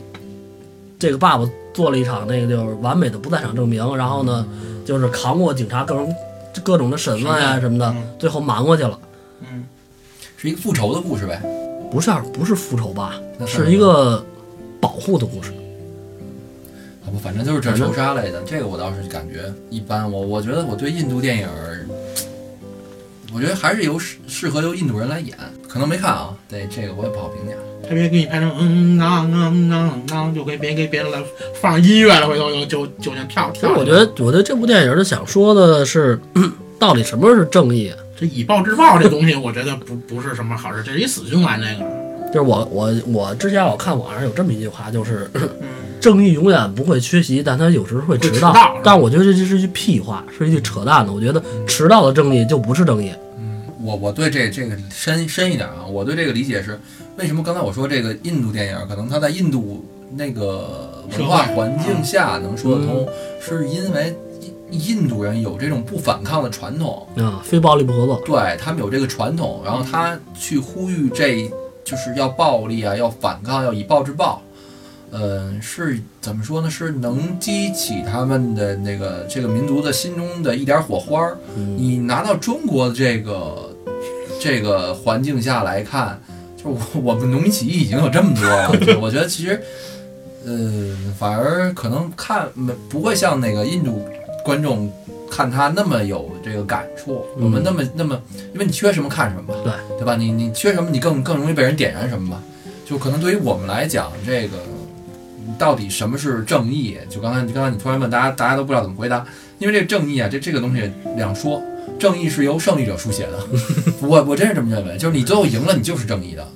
S2: 这个爸爸做了一场那个就是完美的不在场证明，然后呢，就是扛过警察各种各种的审问呀、什么的
S3: 嗯，
S2: 最后瞒过去了。
S3: 嗯，
S1: 是一个复仇的故事呗。
S2: 不是啊不是复仇吧，
S1: 那是
S2: 是一个保护的故事。
S1: 好吧，啊反正就是这
S2: 反正
S1: 仇杀类的，这个我倒是感觉一般。我我觉得我对印度电影儿，我觉得还是由适适合由印度人来演，可能没看啊，对这个我也不好评价。
S3: 他别给你拍成嗯嗯啊嗯啊嗯啊，就给别给别人来放音乐了，回头就就就想跳
S2: 其实
S3: 跳。
S2: 我觉得，我对这部电影的想说的是， (clears throat) 到底什么是正义？啊
S3: 这以暴制暴这东西，我觉得不不是什么好事，这是一死循环。这个，
S2: 就是我我我之前我看网上有这么一句话，就是 (clears throat)
S3: 嗯，
S2: 正义永远不会缺席，但它有时会迟
S3: 会迟到
S2: 但我觉得这是一句屁话，是一句扯淡的。我觉得迟到的正义就不是正义。
S1: 我我对这这个深深一点啊，我对这个理解是，为什么刚才我说这个印度电影儿，可能它在印度那个文化
S3: 社会嗯
S1: 环境下能说得通，是因为印印度人有这种不反抗的传统，
S2: 啊，非暴力不合作。
S1: 对他们有这个传统，然后他去呼吁这就是要暴力啊，要反抗，要以暴制暴。嗯，是怎么说呢？是能激起他们的那个这个民族的心中的一点火花儿。
S2: 嗯，
S1: 你拿到中国的这个这个环境下来看，就是我 (laughs) 我们农民起义已经有这么多
S2: (laughs)
S1: 了，对我觉得其实，呃，反而可能看没不会像那个印度观众看他那么有这个感触，
S2: 嗯
S1: 我们那么那么，因为你缺什么看什么吧，
S2: 对
S1: 对吧？你你缺什么，你更更容易被人点燃什么吧。就可能对于我们来讲，这个到底什么是正义？就刚才刚才你突然问大家，大家都不知道怎么回答，因为这个正义啊，这这个东西两说，正义是由胜利者书写的， (laughs) 我我真是这么认为，就是你最后赢了，你就是正义的。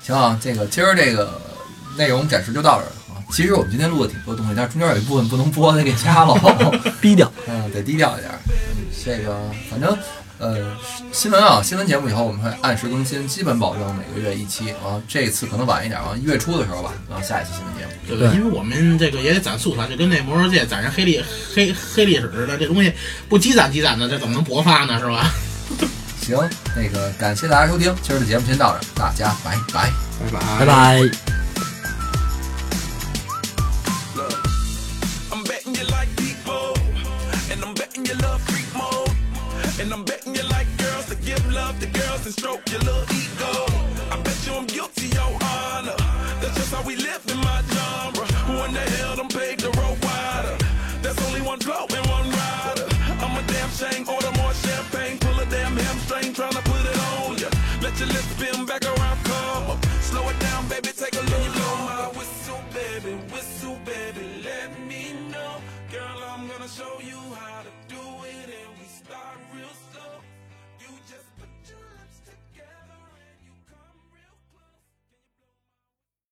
S1: 行啊，这个今儿这个内容暂时就到这儿了啊。其实我们今天录了挺多东西，但是中间有一部分不能播，得给掐了。
S2: 逼掉。
S1: 嗯，得低调一点儿。嗯这个反正呃，新闻啊，新闻节目以后我们会按时更新，基本保证每个月一期啊。这次可能晚一点啊，一月初的时候吧，然后下一期新闻节目。
S3: 对
S2: 对
S3: 因为我们这个也得攒素材，就跟那魔兽世界攒上黑历黑黑历史似的，这东西不积攒积攒的，这怎么能勃发呢？是吧？
S1: 行，那个感谢大家收听，今儿的节目先到这儿，大家拜拜。
S3: 拜拜
S2: 拜拜。
S4: Look, I'm betting you like people, and I'm betting you love freak mode, and I'm betting you like girls to give love to girls and stroke your little ego. I bet you I'm guilty, your honor. That's just how we live in my genre. Who in the hell done paved the road wider? There's only one blow and one rider. I'm a damn shame, order more champagne, pull a damn hamstring, tryna put it on ya. Let your lips spin back around, come up, slow it down, baby, take a look. You blow my whistle, baby, whistle, baby, let me know, girl, I'm gonna show you how.